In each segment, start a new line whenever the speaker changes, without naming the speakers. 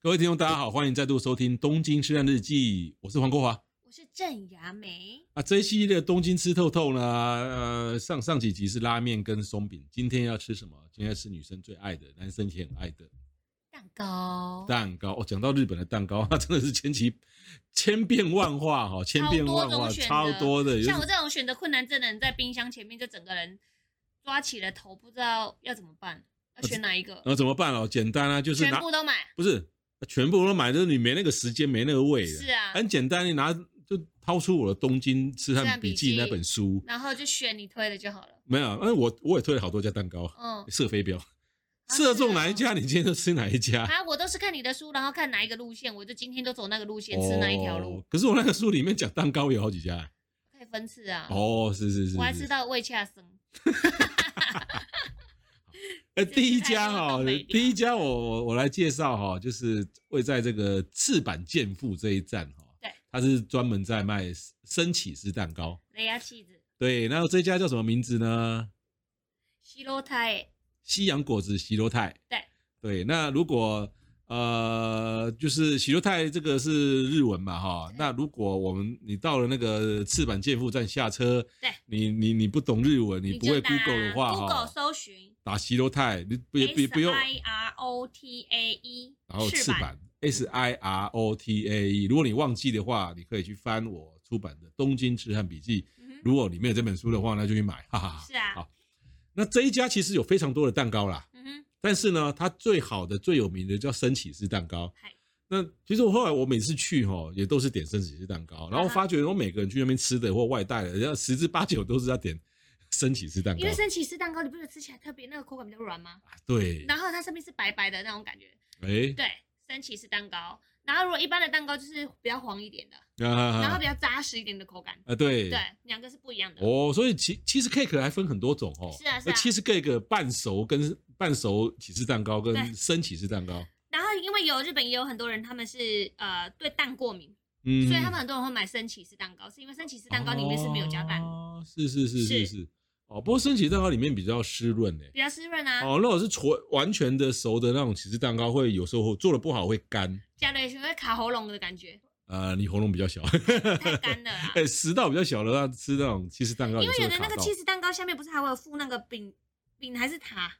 各位听众，大家好，欢迎再度收听《东京吃探日记》，我是黄国华。
我是郑雅梅，
啊，这一系列的东京吃透透呢，呃，上上几集是拉面跟松饼，今天要吃什么？今天是女生最爱的，男生也很爱的
蛋糕，
蛋糕。哦，讲到日本的蛋糕，它 真的是千奇千变万化哈、千变万化，超
超
多
多
的。有
像我这种选择困难症的人，在冰箱前面就整个人抓起了头，不知道要怎么办，要选哪一个
然，后怎么办哦？简单啊，呃就是
全
拿
部都买。
不是啊全部都买，就是你没那个时间，没那个胃的。
是啊
很简单，你拿就掏出我的《东京吃
吃
探
探
笔
笔
记》
记
那本书，
然后就选你推的就好了。
没有，但是我我也推了好多家蛋糕，
嗯，
射飞镖，射中哪一
啊是
家，你今天就吃哪一家。
啊，我都是看你的书，然后看哪一个路线，我就今天就走那个路线，吃那一条路
哦，可是我那个书里面讲蛋糕有好几家。
可以分次啊。
哦，是是是。
我还
是
吃。到胃恰生，
呃，
吃
第一
太
家
多
哈，
东北料
第一家我我我来介绍哈，就是位在这个赤坂健富这一站哈。
对。
它是专门在卖升起式蛋糕。
雷亚气子，
对，然后这家叫什么名字呢？
西罗泰，
西洋果子喜多泰。
对
对，那如果呃，就是喜多泰这个是日文嘛哈，
对
那如果我们你到了那个赤坂健富站下车，
对
你你你不懂日文，你不会
就打
Google 的话
，Google
哈，
搜寻
打喜多泰，你不也不也
S
不用，
I R O T A E，
然后赤坂 S I R O T A E，如果你忘记的话，你可以去翻我出版的《东京痴汉笔记》，
嗯哼
如果你没有这本书的话，那就去买，哈哈哈。
是啊
好，那这一家其实有非常多的蛋糕啦。
嗯哼，
但是呢，它最好的、最有名的叫升起式蛋糕
嗨。
那其实我后来我每次去哈、也都是点升起式蛋糕，然后发觉我每个人去那边吃的或外带的，人家十之八九都是要点升起式蛋糕
因为。升起式蛋糕，你不是吃起来特别那个口感比较软吗？
啊对，
然后它上面是白白的那种感觉，
哎，
对，升起式蛋糕。然后如果一般的蛋糕就是比较黄一点的，然后
啊
比较扎实一点的口感，
啊，对，
对，两个是不一样的。
哦，所以其其实 cake 还分很多种哦。
是啊是
那
啊
其实 cake 半熟跟半熟起司蛋糕
对
跟生起司蛋糕，
然后因为有日本也有很多人他们是呃对蛋过敏，
嗯，
所以他们很多人会买生起司蛋糕，是因为生起司蛋糕里面是没有加蛋，
哦，是是是是
是
是，哦，不过生起司蛋糕里面比较湿润诶。
比较湿润啊，
哦，如果是纯完全的熟的那种起司蛋糕，会有时候做的不好会干，
加了一些会卡喉咙的感 觉，
呃，你喉咙比较小，
啊太干了啊。
哎， 食道比较小的话，吃那种起司蛋糕
因
有
为
时候
有
会
的
卡
那个
到。
cheese 蛋糕下面不是还会有附那个饼饼还是塔？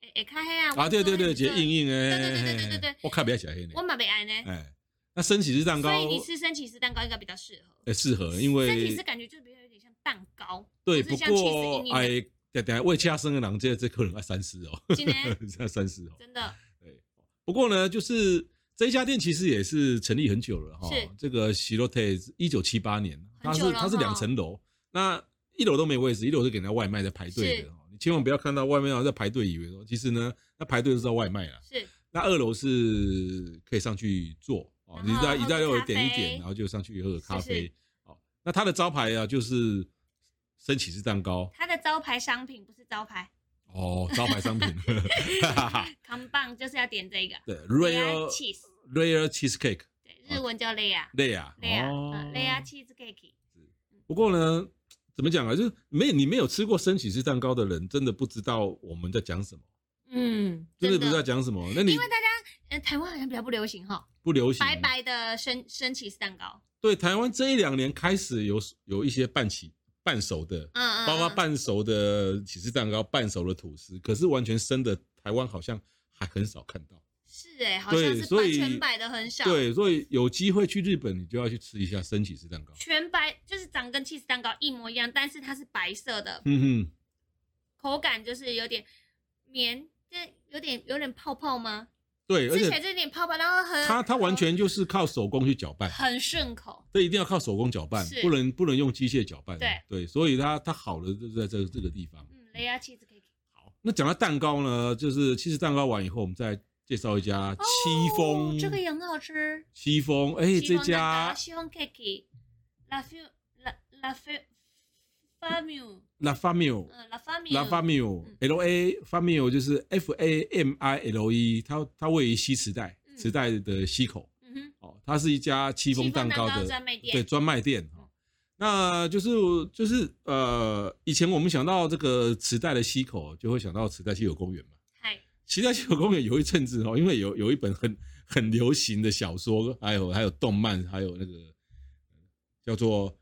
哎哎，开黑啊！
啊，
我
对对
做那
对，
个
姐硬硬哎，
对对对对对对对
我看比较小黑呢
我，蛮被爱呢，
哎，那生起司蛋糕
所以你吃生起司蛋糕应该比较适合。
哎适合，因
生起
为
司感觉就比较有点像蛋糕，
对，
不
不
是像 cheese
过
硬硬的。
哎，等等下为其他生的人，这这可能要三思哦，
今天
要 三思哦。
真的
对，不过呢，就是这一家店其实也是成立很久了哈、
是
这个 Shirote 一九七八年，它
很
是
久了
它是
哈
两层楼，那一楼都没位置，一楼是给人家外卖在排队
是
的哦。你千万不要看到外面啊在排队，以为说其实呢，那排队都是在外卖啦。
是
那二楼是可以上去坐哦，你
然后
在
喝
你在二
个
楼
咖
点一点，
啡
然后就上去喝个咖
是
啡。哦，那它的招牌啊就是升起式蛋糕
它的招牌商品，不是招牌，
哦，招牌 商品， 哈哈哈。
扛棒就是要点这个。
对
Layer
，Royal
cheese，
Royal Cheesecake。
对，日文叫 layer
累啊，
layer
哦
嗯 layer cheese cake，
不过呢，怎么讲啊？就是没你没有吃过升起式蛋糕的人，真的不知道我们在讲什么，
嗯，
真的
真
不知道
的。
讲什么。那你
因为大家，嗯，台湾好像比较不流行哈，
不流行，啊
白白的生生起司蛋糕，
对台湾这一两年开始有有一些半起半熟的，
嗯嗯，
包括
嗯
半熟的起司蛋糕、半熟的吐司，可是完全生的台湾好像还很少看到。
是哎、好像
对，
是
所
半
以
全白的很少。，
对，所以有机会去日本，你就要去吃一下升起式蛋糕。
全白就是长跟 cheese 蛋糕一模一样，但是它是白色的，
嗯哼，
口感就是有点绵，就是有点有点泡泡吗？
对，而
吃起来
且
就有点泡泡，然后很
它它完全就是靠手工去搅拌。
很顺口，
这一定要靠手工搅拌，
是
不能不能用机械搅拌。啊
对
所以它它好的就在这这个地方。
嗯，layer cheese cake，
好，那讲到蛋糕呢，就是其实蛋糕完以后，我们再介绍一家戚风，
哦、这个也很好吃。
戚风，哎、
戚风
这
蛋
家
糕戚风 cake，la fu la la fu famu，
La Famille。
嗯，la famu
La Famille
嗯
L A Famille 就是 F A M I L E，它它位于西池袋，
嗯
池袋的西口
嗯哼，
哦，它是一家戚风
戚风
蛋糕
蛋
的
糕专卖店
对专卖店哈、哦。那就是就是呃，以前我们想到这个池袋的溪口，就会想到池袋溪口公园嘛。
嗨，
池袋溪口公园有一阵子哦，因为有有一本很很流行的小说，还有还有动漫，还有那个叫做《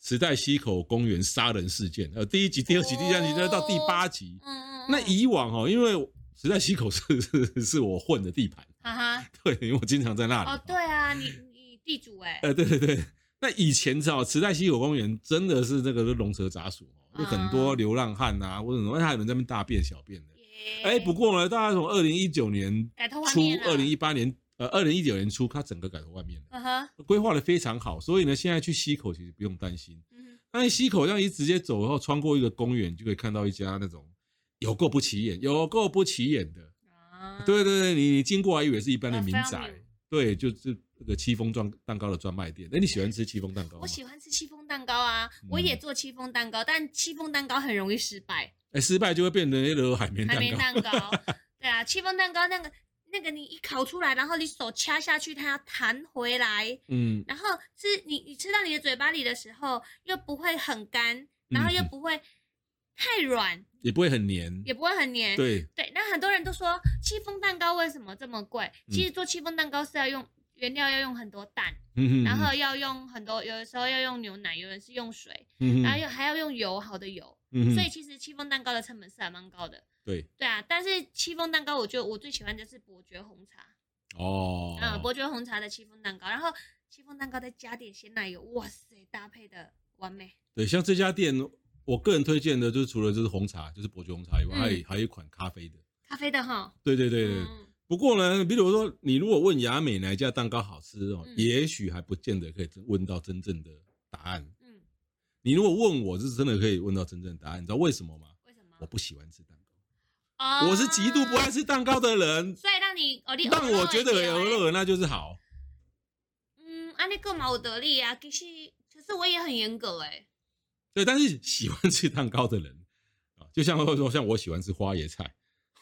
池袋西口公园杀人事件》呃，第一集、第二集、第三集，再到第
哦
八集。
嗯嗯，
那
一
以往哦，因为池袋西口是是是我混的地盘，
哈哈，
对，因为我经常在那里。
哦对啊，你你地主 哎，
呃，对对对，那以前知道池袋西口公园真的是那个是龙蛇杂处哦，就很多流浪汉啊，或者什么，还有人在那边大便小便的。
耶
哎，不过呢，大概从二零一九年
改头换
初
面，了
二零一八年呃二零一九年初，它整个改头换面了，
嗯哼，
规划的非常好，所以呢，现在去溪口其实不用担心。
嗯
但是溪口这样一直直接走后，穿过一个公园，就可以看到一家那种有够不起眼、有够不起眼的。
啊，
对对对，你你经过还以为是一般的
啊
民
非常
宅
有，
对，就是那个戚风专蛋糕的专卖店。哎，你喜欢吃戚风蛋糕吗
我？喜欢吃戚风蛋糕啊，
嗯
我也做戚风蛋糕，但戚风蛋糕很容易失败，
哎，失败就会变成一个海绵
海
蛋
绵
糕。
蛋 糕，对啊，戚风蛋糕那个那个你一烤出来，然后你手掐下去，它要弹回来，
嗯，
然后吃你你吃到你的嘴巴里的时候，又不会很干，然后又
嗯
不会太软，
也不会很黏。
也不会很黏。
对，
对，那很多人都说戚风蛋糕为什么这么贵？其
嗯
实做戚风蛋糕是要用原料要用很多蛋，
嗯
然后要用很多，有的时候要用牛奶，有人是用水，
嗯
然后又还要用油，好的油。
嗯
所以其实戚风蛋糕的成本是还蛮高的。
对
对啊，但是戚风蛋糕，我觉得我最喜欢的是伯爵红茶，
哦，
嗯，伯爵红茶的戚风蛋糕，然后戚风蛋糕再加点鲜奶油，哇塞，搭配的完美。
对，像这家店，我个人推荐的就是除了就是红茶，就是伯爵红茶以外，
嗯
还有还有一款咖啡的。
咖啡的哈，
对对对对。
嗯
不过呢，比如说你如果问雅美哪一家蛋糕好吃哦，
嗯
也许还不见得可以问到真正的答案。
嗯，
你如果问我，是真的可以问到真正的答案，你知道为什么吗？
为什么
我？不喜欢吃蛋糕，
哦
我是极度不爱吃蛋糕的人，
所以让你哦，你
让我觉得有
偶尔。
乐那就是好。
嗯，安尼够嘛有道理啊。其实，可是我也很严格哎、
对，但是喜欢吃蛋糕的人啊，就像或者说像我喜欢吃花椰菜，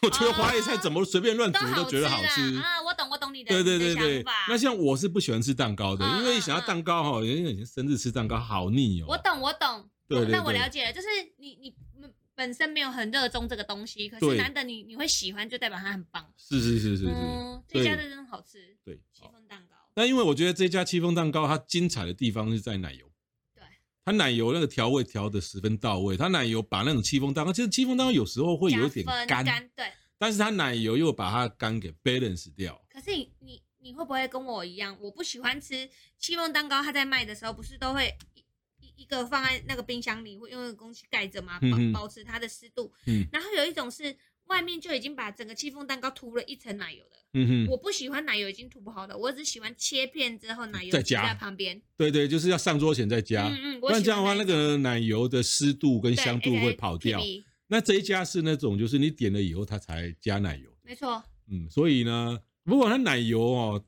我觉得花椰菜怎么随便乱煮
啊都好
都觉得好
啦
吃
啊！我懂，我懂你的
对对
你
对
的
对
想法，
那像我是不喜欢吃蛋糕的，
嗯
因为想要蛋糕哈，因为以前生日吃蛋糕好腻哦。
我懂，我懂。
对对
那我
对
了解了，就是你你嗯本身没有很热衷这个东西，可是
对
难得你你会喜欢，就代表它很棒。
是是是是是，
嗯，这家
对
的真好吃，
对。
戚
好
风蛋糕。
那因为我觉得这家戚风蛋糕它精彩的地方是在奶油，
对，
它奶油那个调味调的十分到位，它奶油把那种戚风蛋糕，其实戚风蛋糕有时候会
加
有点
分
干，
干对。
但是它奶油又把它干给 balance 掉。
可是你你你会不会跟我一样，我不喜欢吃戚风蛋糕？它在卖的时候不是都会一一一个放在那个冰箱里，会用那个东西盖着吗？保
嗯哼
保持它的湿度。
嗯
然后有一种是外面就已经把整个戚风蛋糕涂了一层奶油的。
嗯哼，
我不喜欢奶油已经涂不好了，我只喜欢切片之后奶油
再
挤
加
在旁边。
对对，就是要上桌前再加，
嗯嗯，
不
我
然
喜欢
这样的话，那
一种
个奶油的湿度跟
对
香度
而且
会跑掉。
PB
那这一家是那种，就是你点了以后它才加奶油，
没错，
嗯，所以呢，不过它奶油哦，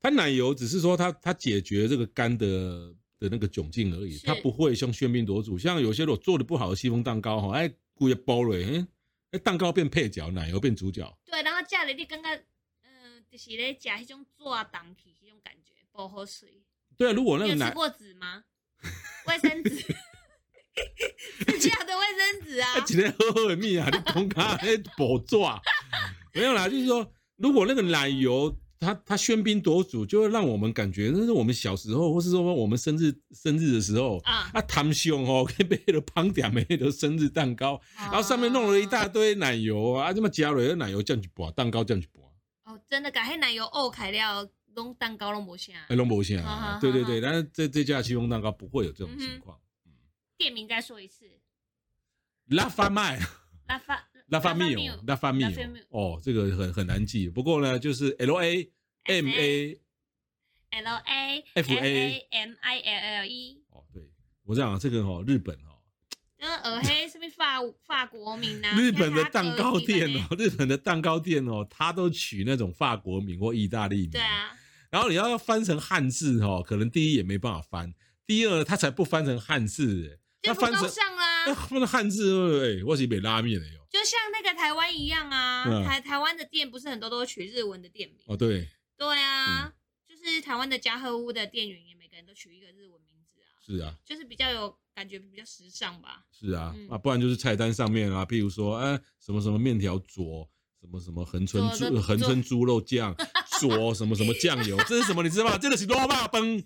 它奶油只是说它它解决这个干的的那个窘境而已，
是
它不会像喧宾夺主。像有些我做的不好的西风蛋糕哈、哦，哎，故意包了，嗯，哎，蛋糕变配角，奶油变主角，
对。然后家里你感觉，嗯，就是咧吃那种抓档皮那种感觉，不好吃。
对啊，如果那
你
个
有吃
奶
过纸吗？卫生纸， 是这样的卫生纸啊
啊，。今天喝喝的蜜啊， 你同咖哎薄抓，没有啦，就是说，如果那个奶油它它喧宾夺主，就会让我们感觉那是我们小时候，或是说我们生日生日的时候。
啊，
啊，贪凶哦， 可以被那个胖点没那个生日蛋
哦
糕，然后上面弄了一大堆奶油啊，啊这么加了奶油酱去薄，蛋糕酱去薄，
哦，真的，改黑奶油哦，开了弄蛋糕弄不下
哎，。弄不
好好
下
好。
对对
好
对，但是这这家的戚风蛋糕不会有这种
嗯
情
哼
况。
店名再说一次，
拉法麦，
拉法
拉法米
拉
哦，拉法米
La Famille
哦，这个很很难记。不过呢，就是 L A M A
L A
F A
A M I L L E，
哦，对我这样啊这个哦，日本哦，
那耳 黑是不是法法国名啊？
日本的蛋糕店
你看它
哦，日本的蛋糕店哦，它都取那种法国名或意大利名。
隔壁的呢。对。 啊，
然后你要翻成汉字哦，可能第一也没办法翻，第二它才不翻成汉字，
就
它
不
翻
高啊
成
尚
那
啦，
翻成汉字，哎，我是被拉面的哟。
就像那个台湾一样啊，
嗯
台台湾的店不是很多都取日文的店名。
哦，嗯对，
对啊，就是台湾的家和屋的店员也每个人都取一个日文名字啊，
是啊，
就是比较有感觉，比较时尚吧。
是啊，
嗯
啊，不然就是菜单上面啊，譬如说，哎，什么什么面条佐，什么什么恒春
佐
猪
的
恒春猪肉酱，佐什么什么酱油，这是什么你知道吗？这个是罗霸 崩，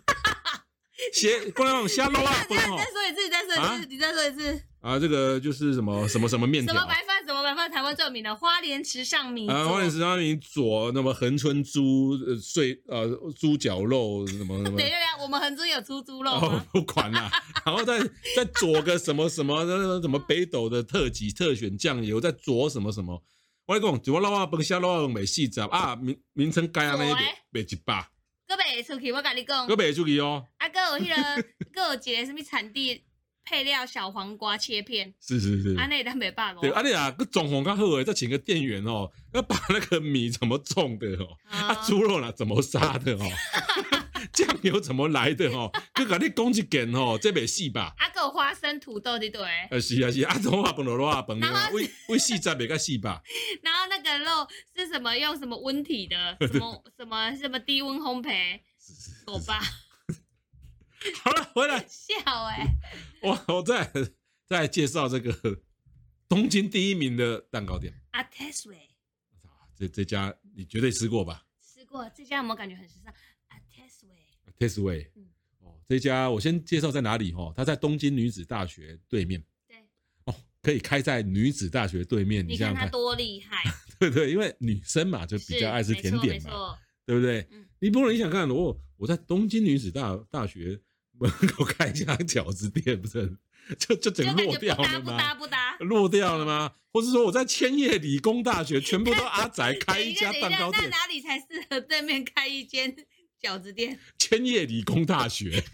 写过来往虾罗霸崩
再
哦
再说一次，再说
啊
一次，你再说一次。
啊，这个就是什么什么什么面
什
条
么白饭？什么白饭？台湾最有名的花莲池上米粥。
啊，花莲石川名佐那么恒春猪呃碎呃猪脚肉什么什么
等。一下，我们恒春有啊出猪肉
哦
吗？，
不管啦， 然后再再佐个什么什么呃什么北斗的特级特选酱油，再佐什么什么，我跟你讲，佐老啊，崩虾老啊，美细杂啊，名名称改啊那一
佐
点
的，
袂一百，
搁袂出去，我跟你讲
我。袂出去哦，
啊，搁有迄、个， 搁有一个什么产地配料小黄瓜切片，
是是是，
安内咱袂霸无。
对，啊你啊，个装潢较好诶，再请个店员哦，要把那个米怎么种的哦，啊
啊
猪肉啦怎么杀的 哦，酱油怎么来的哦，佮甲你讲一件哦，这袂死吧？
啊，搁有花生土豆的对，
呃是啊是啊，啊怎么话饭就落啊饭
然
啊，
后
为为死杂袂较死吧？
然后那个肉是什么？用什么温 体的？什么什么什么低温烘焙？狗吧，
好了，回来。
笑哎、
我我再再介绍这个东京第一名的蛋糕店，
啊 t e s w a y
啊这这家你绝对吃过吧
吃过这家有没有感觉很时尚？啊 t e s w a y
？Tasteway，
嗯
哦，这家我先介绍在哪里哦，它在东京女子大学对面
对，
哦，可以开在女子大学对面，
你
想想
看它
看，
多厉害，
对对，因为女生嘛就 比
是
较爱吃
没
甜
错
点
没
嘛，
错
对不对？
嗯
你不能你想看，如果我在东京女子大大学门口开一家饺子店，不是很就就
就
整
感
个落
觉
掉
不搭
了
不
吗？
搭不搭。
落掉了吗？或是说我在千叶理工大学全部都阿 宅开
等
一
一下
家
等一
蛋
下，
糕
那
店？
哪里才适合对面开一间饺子店
千叶理工大学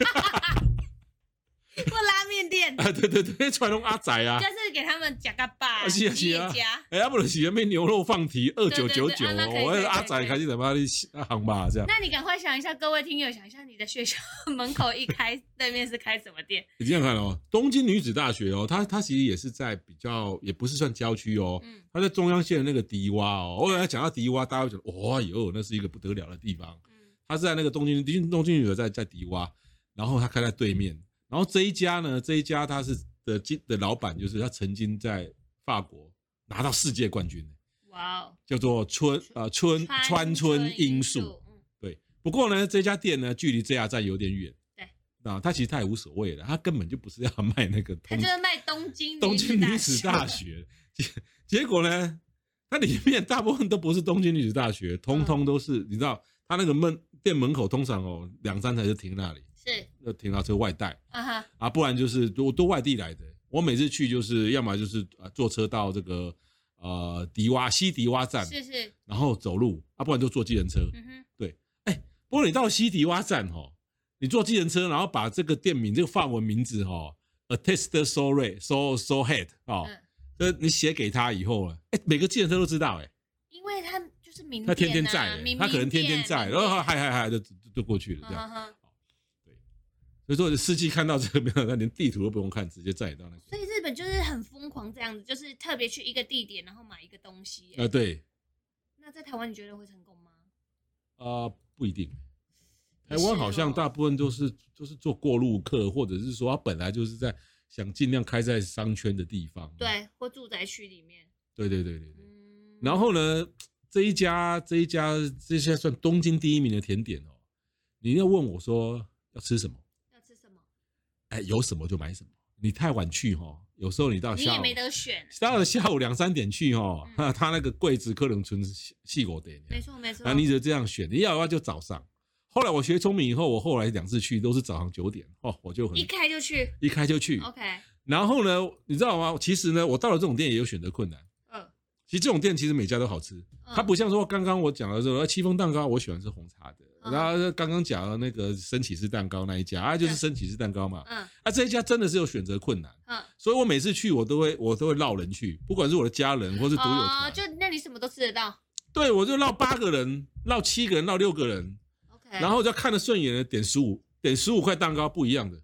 或拉 面店？
啊，对对对，传统阿宅啊，
就是给他们夹个吧，
啊是啊是啊
吉野家
哎，要不然喜欢面牛肉放题二九九九
对对对啊那可以
哦，我
可以可以
阿宅开始他妈的啊行吧这样，
那你赶快想一下，各位听友，想一下你的学校 门口一开，对面是开什么店？
你这样看哦，东京女子大学哦，它它其实也是在比较，也不是算郊区哦。
嗯
它在中央线的那个迪洼哦，我来讲到迪洼，大家会觉得哇哟，那是一个不得了的地方。
嗯，
他是在那个东京东京东京女的在在迪洼，然后他开在对面，然后这一家呢，这一家他是的经的老板就是他曾经在法国拿到世界冠军，
哇哦，
叫做春呃春川村
因
英树。，
嗯
对，不过呢，这家店呢距离这家站有点远。
对，
啊，他其实他也无所谓的，他根本就不是要卖那个
他
东
就是卖东京
东京女子
学
大学，结结果呢，它里面大部分都不是东京女子大学，通通都是、你知道，它那个门店门口通常哦两三台就停那里，
是
那停到车外带
啊哈，
啊，不然就是都都外地来的。我每次去就是要么就是呃坐车到这个呃迪洼西迪洼站，
是是，
然后走路啊，不然就坐计程车。
嗯哼，
不过你到西迪洼站哦，你坐计程车，然后把这个店名这个法文名字哦 a t e s t e so re so so head 哦。
嗯，
呃，你写给他以后啊，哎，每个计程车都知道，哎，
因为他就是名店
他
啊，
天天在
名，
他可能天天在，然后嗨
还
嗨嗨就就就过去
嗯
了这样。
样。
所
嗯
以说司机看到这个没有，他连地图都不用看，直接载你到那
所以日本就是很疯狂这样子，就是特别去一个地点，然后买一个东西
个。。呃，对，
那在台湾你觉得会成功吗？
呃，不一定。台
也是
湾好像
哦
大部分都是就是做过路客，或者是说他本来就是在想尽量开在商圈的地方。
对，或住宅区里面。
对对对对对。
嗯，
然后呢，这一家这一家这些算东京第一名的甜点哦，你要问我说要吃什么？
要吃什么？
哎，有什么就买什么。你太晚去哈，有时候你到
你
下
也
午，
没得嗯选。
到了下午两三点去哈，那、他那个柜子可能存细果的，
没错没错。
然后你就这样选，你要的话就早上。后来我学聪明以后，我后来两次去都是早上九点哦，我就很
一开哦就去。
一开就去。
OK，
然后呢，你知道吗？其实呢，我到了这种店也有选择困难。
嗯，
其实这种店其实每家都好吃，
嗯
它不像说刚刚我讲的这种呃戚风蛋糕，我喜欢吃红茶的。
嗯
然后刚刚讲的那个升起式蛋糕那一家啊，就是
对
升起式蛋糕嘛。
嗯
啊，这一家真的是有选择困难，
嗯，
所以我每次去我都会我都会绕人去，不管是我的家人或是独友团，
哦，就那里什么都吃得到。
对我就绕八个人、绕七个人、绕六个人，
OK，
然后就看得顺眼的点十五点十五块蛋糕不一样的，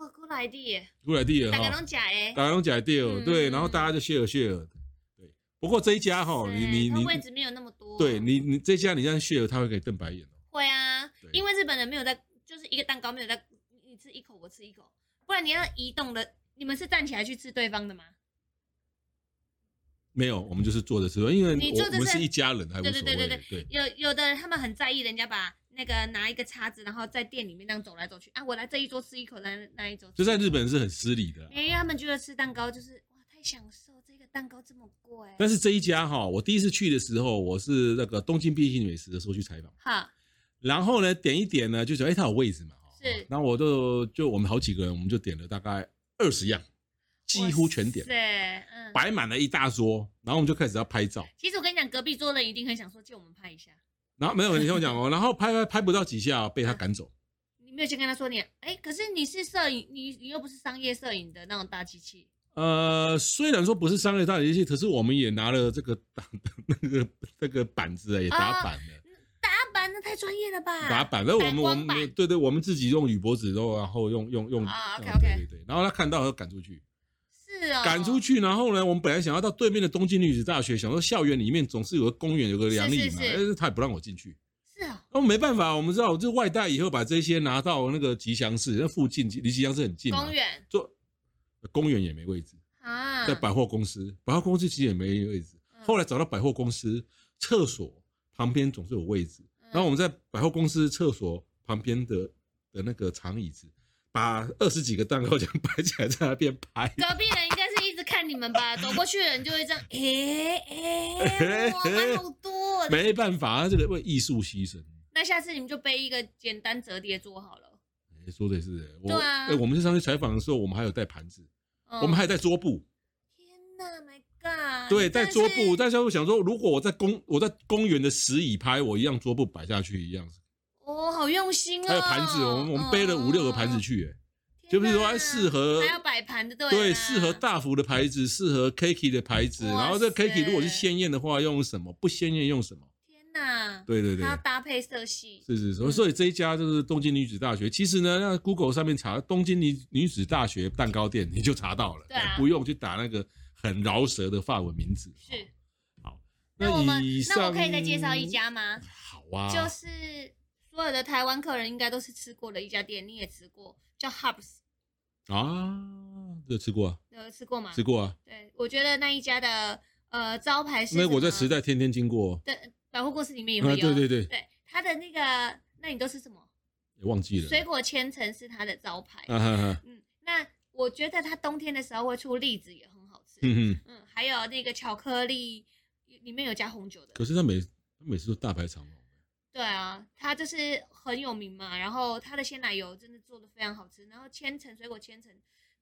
哇，过来的耶，
出来地了
大家
哈
拢，假诶。
打工假掉
嗯
对，
嗯
然后大家就 share share，对。不过这一家哈，你你
对它
你
位置没有那么多。
对你你这家你这样 share，他会给你瞪白眼哦。
会啊
对，
因为日本人没有在，就是一个蛋糕没有在，你吃一口我吃一口，不然你要移动的，你们是站起来去吃对方的吗？
没有，我们就是坐着吃饭，因为
你
我
坐着
我们
吃
是一家人，还无所
对
谓。
对对对
对
有有的人他们很在意人家把那个拿一个叉子，然后在店里面那样走来走去啊，我来这一桌吃一口，来那一桌吃
就在日本是很失礼的啦。
因为他们觉得吃蛋糕就是哇太享受，这个蛋糕这么贵。
但是这一家哈，我第一次去的时候，我是那个东京必须美食的时候去采访，
哈，
然后呢点一点呢，就觉得哎，它有位置嘛，哦
是
然后我就就我们好几个人，我们就点了大概二十样，几乎全点，
对，嗯。
摆满了一大桌，然后我们就开始要拍照，
其实我跟你讲，隔壁桌的人一定很想说借我们拍一下。
然后没有你听我讲哦，然后拍拍拍不到几下哦被他赶走，
你没有先跟他说你，哎，可是你是摄影，你你又不是商业摄影的那种大机器，
呃，虽然说不是商业大游戏，可是我们也拿了这个打那个那个板子啊，也打板了，
打板那太专业了吧？
打板。那我们我
光板
们对对，我们自己用铝箔纸，然后然后用用用，
啊，OK，
嗯
OK
对对对。然后他看到他赶出去，
是哦，
赶出去。然后呢，我们本来想要到对面的东京女子大学，想说校园里面总是有个公园，有个凉
是
椅
是
嘛，
是
但是他也不让我进去。
是哦，
那没办法，我们知道，这外带以后把这些拿到那个吉祥寺，那附近离吉祥寺很近嘛
公，园
坐公园也没位置。
啊，
在百货公司，百货公司其实也没位置。
嗯
后来找到百货公司厕所旁边总是有位置，
嗯
然后我们在百货公司厕所旁边的的那个长椅子，把二十几个蛋糕酱摆起来在那边 拍。
隔壁人应该是一直看你们 吧，走过去的人就会这样，哎哎，哇，买好多哦。
没办法，这个为艺术牺牲。
那下次你们就背一个简单折叠桌好了。
哎说的也是，我
对啊
哎我们去上去采访的时候，我们还有带盘子，
嗯
我们还有带桌布，
天哪，My God！
对，
你真
带
的
桌
是
布。但是我想说，如果我在公我在公园的石椅拍，我一样桌布摆下去一样。
哦，好用心哦。
还有盘子，我们我们背了五六个盘子去、哎。
嗯，
就比如说
天哪
哎适合
还要摆盘的对啦啊
对，适合大幅的牌子，适合 Kiki 的牌子。
哇
然后这
塞
Kiki 如果是鲜艳的话，用什么？不鲜艳用什么？
天哪，
对对对
还，要搭配色系，
是是是。所以这一家就是东京女子大学。其实呢，那 Google 上面查东京女女子大学蛋糕店，你就查到了，哎
对啊
不用去打那个很饶舌的法文名字。
是。那我
那
们
以
那我
上
可以再介绍一。家吗？
好啊，
就是所有的台湾客人应该都是吃过的一家店，你也吃过，叫 Hubs，
啊，有吃过啊，
有吃过吗？
吃过啊。
对，我觉得那一家的呃招牌是
因为我在
什么
时代天天经过，
对百货公司里面也
啊
会有，
对对对，
对，它的那个，那你都吃什么？
也忘记了。
水果千层是它的招牌。
啊哈哈，
嗯，那我觉得它冬天的时候会出栗子，也很好吃。
嗯哼。
嗯，还有那个巧克力，里面有加红酒的。
可是他每他每次都大排长龙。
对啊，它就是很有名嘛。然后它的鲜奶油真的做的非常好吃，然后千层水果千层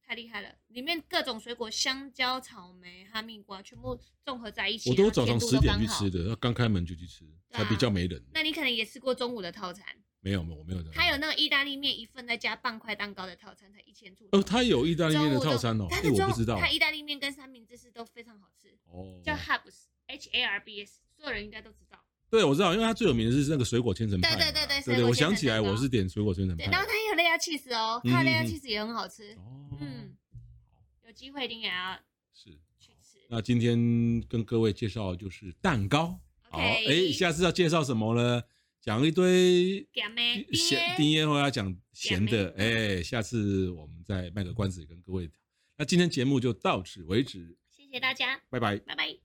太厉害了，里面各种水果，香蕉、草莓、哈密瓜全部综合在一起。
我都
然后
早上
甜度
十点
刚
去
好
吃。的，刚开门就去吃，
对啊
才比较没人。
那你可能也吃过中午的套餐，
没有没有，我没有这样。
它有那个意大利面一份再加半块蛋糕的套餐，才一千出头。
哦，他有意大利面的套餐哦，
它
这
的
个我
中
不知道
它。意大利面跟三明治是都非常好吃，
哦，
叫 Harbs H A R B S，所有人应该都知道。
对，我知道，因为它最有名的是那个水果千层派嘛。
对对对对
对
水果
我
千
想
层
起来，
蛋糕
我是点水果千层
对，然后
派。
它也有 layer cheese 哦，
嗯
它的 layer
嗯嗯
cheese 也很好吃。
哦，
嗯，有机会一定也要
是。
去吃。
那今天跟各位介绍的就是蛋糕。好，
OK
哎，下次要介绍什么呢？讲一堆
咸咩？
咸
冰
丁烟后要讲咸的，
咸
哎，下次我们再卖个关子跟各位。那今天节目就到此为止，
谢谢大家，
拜拜。
拜拜。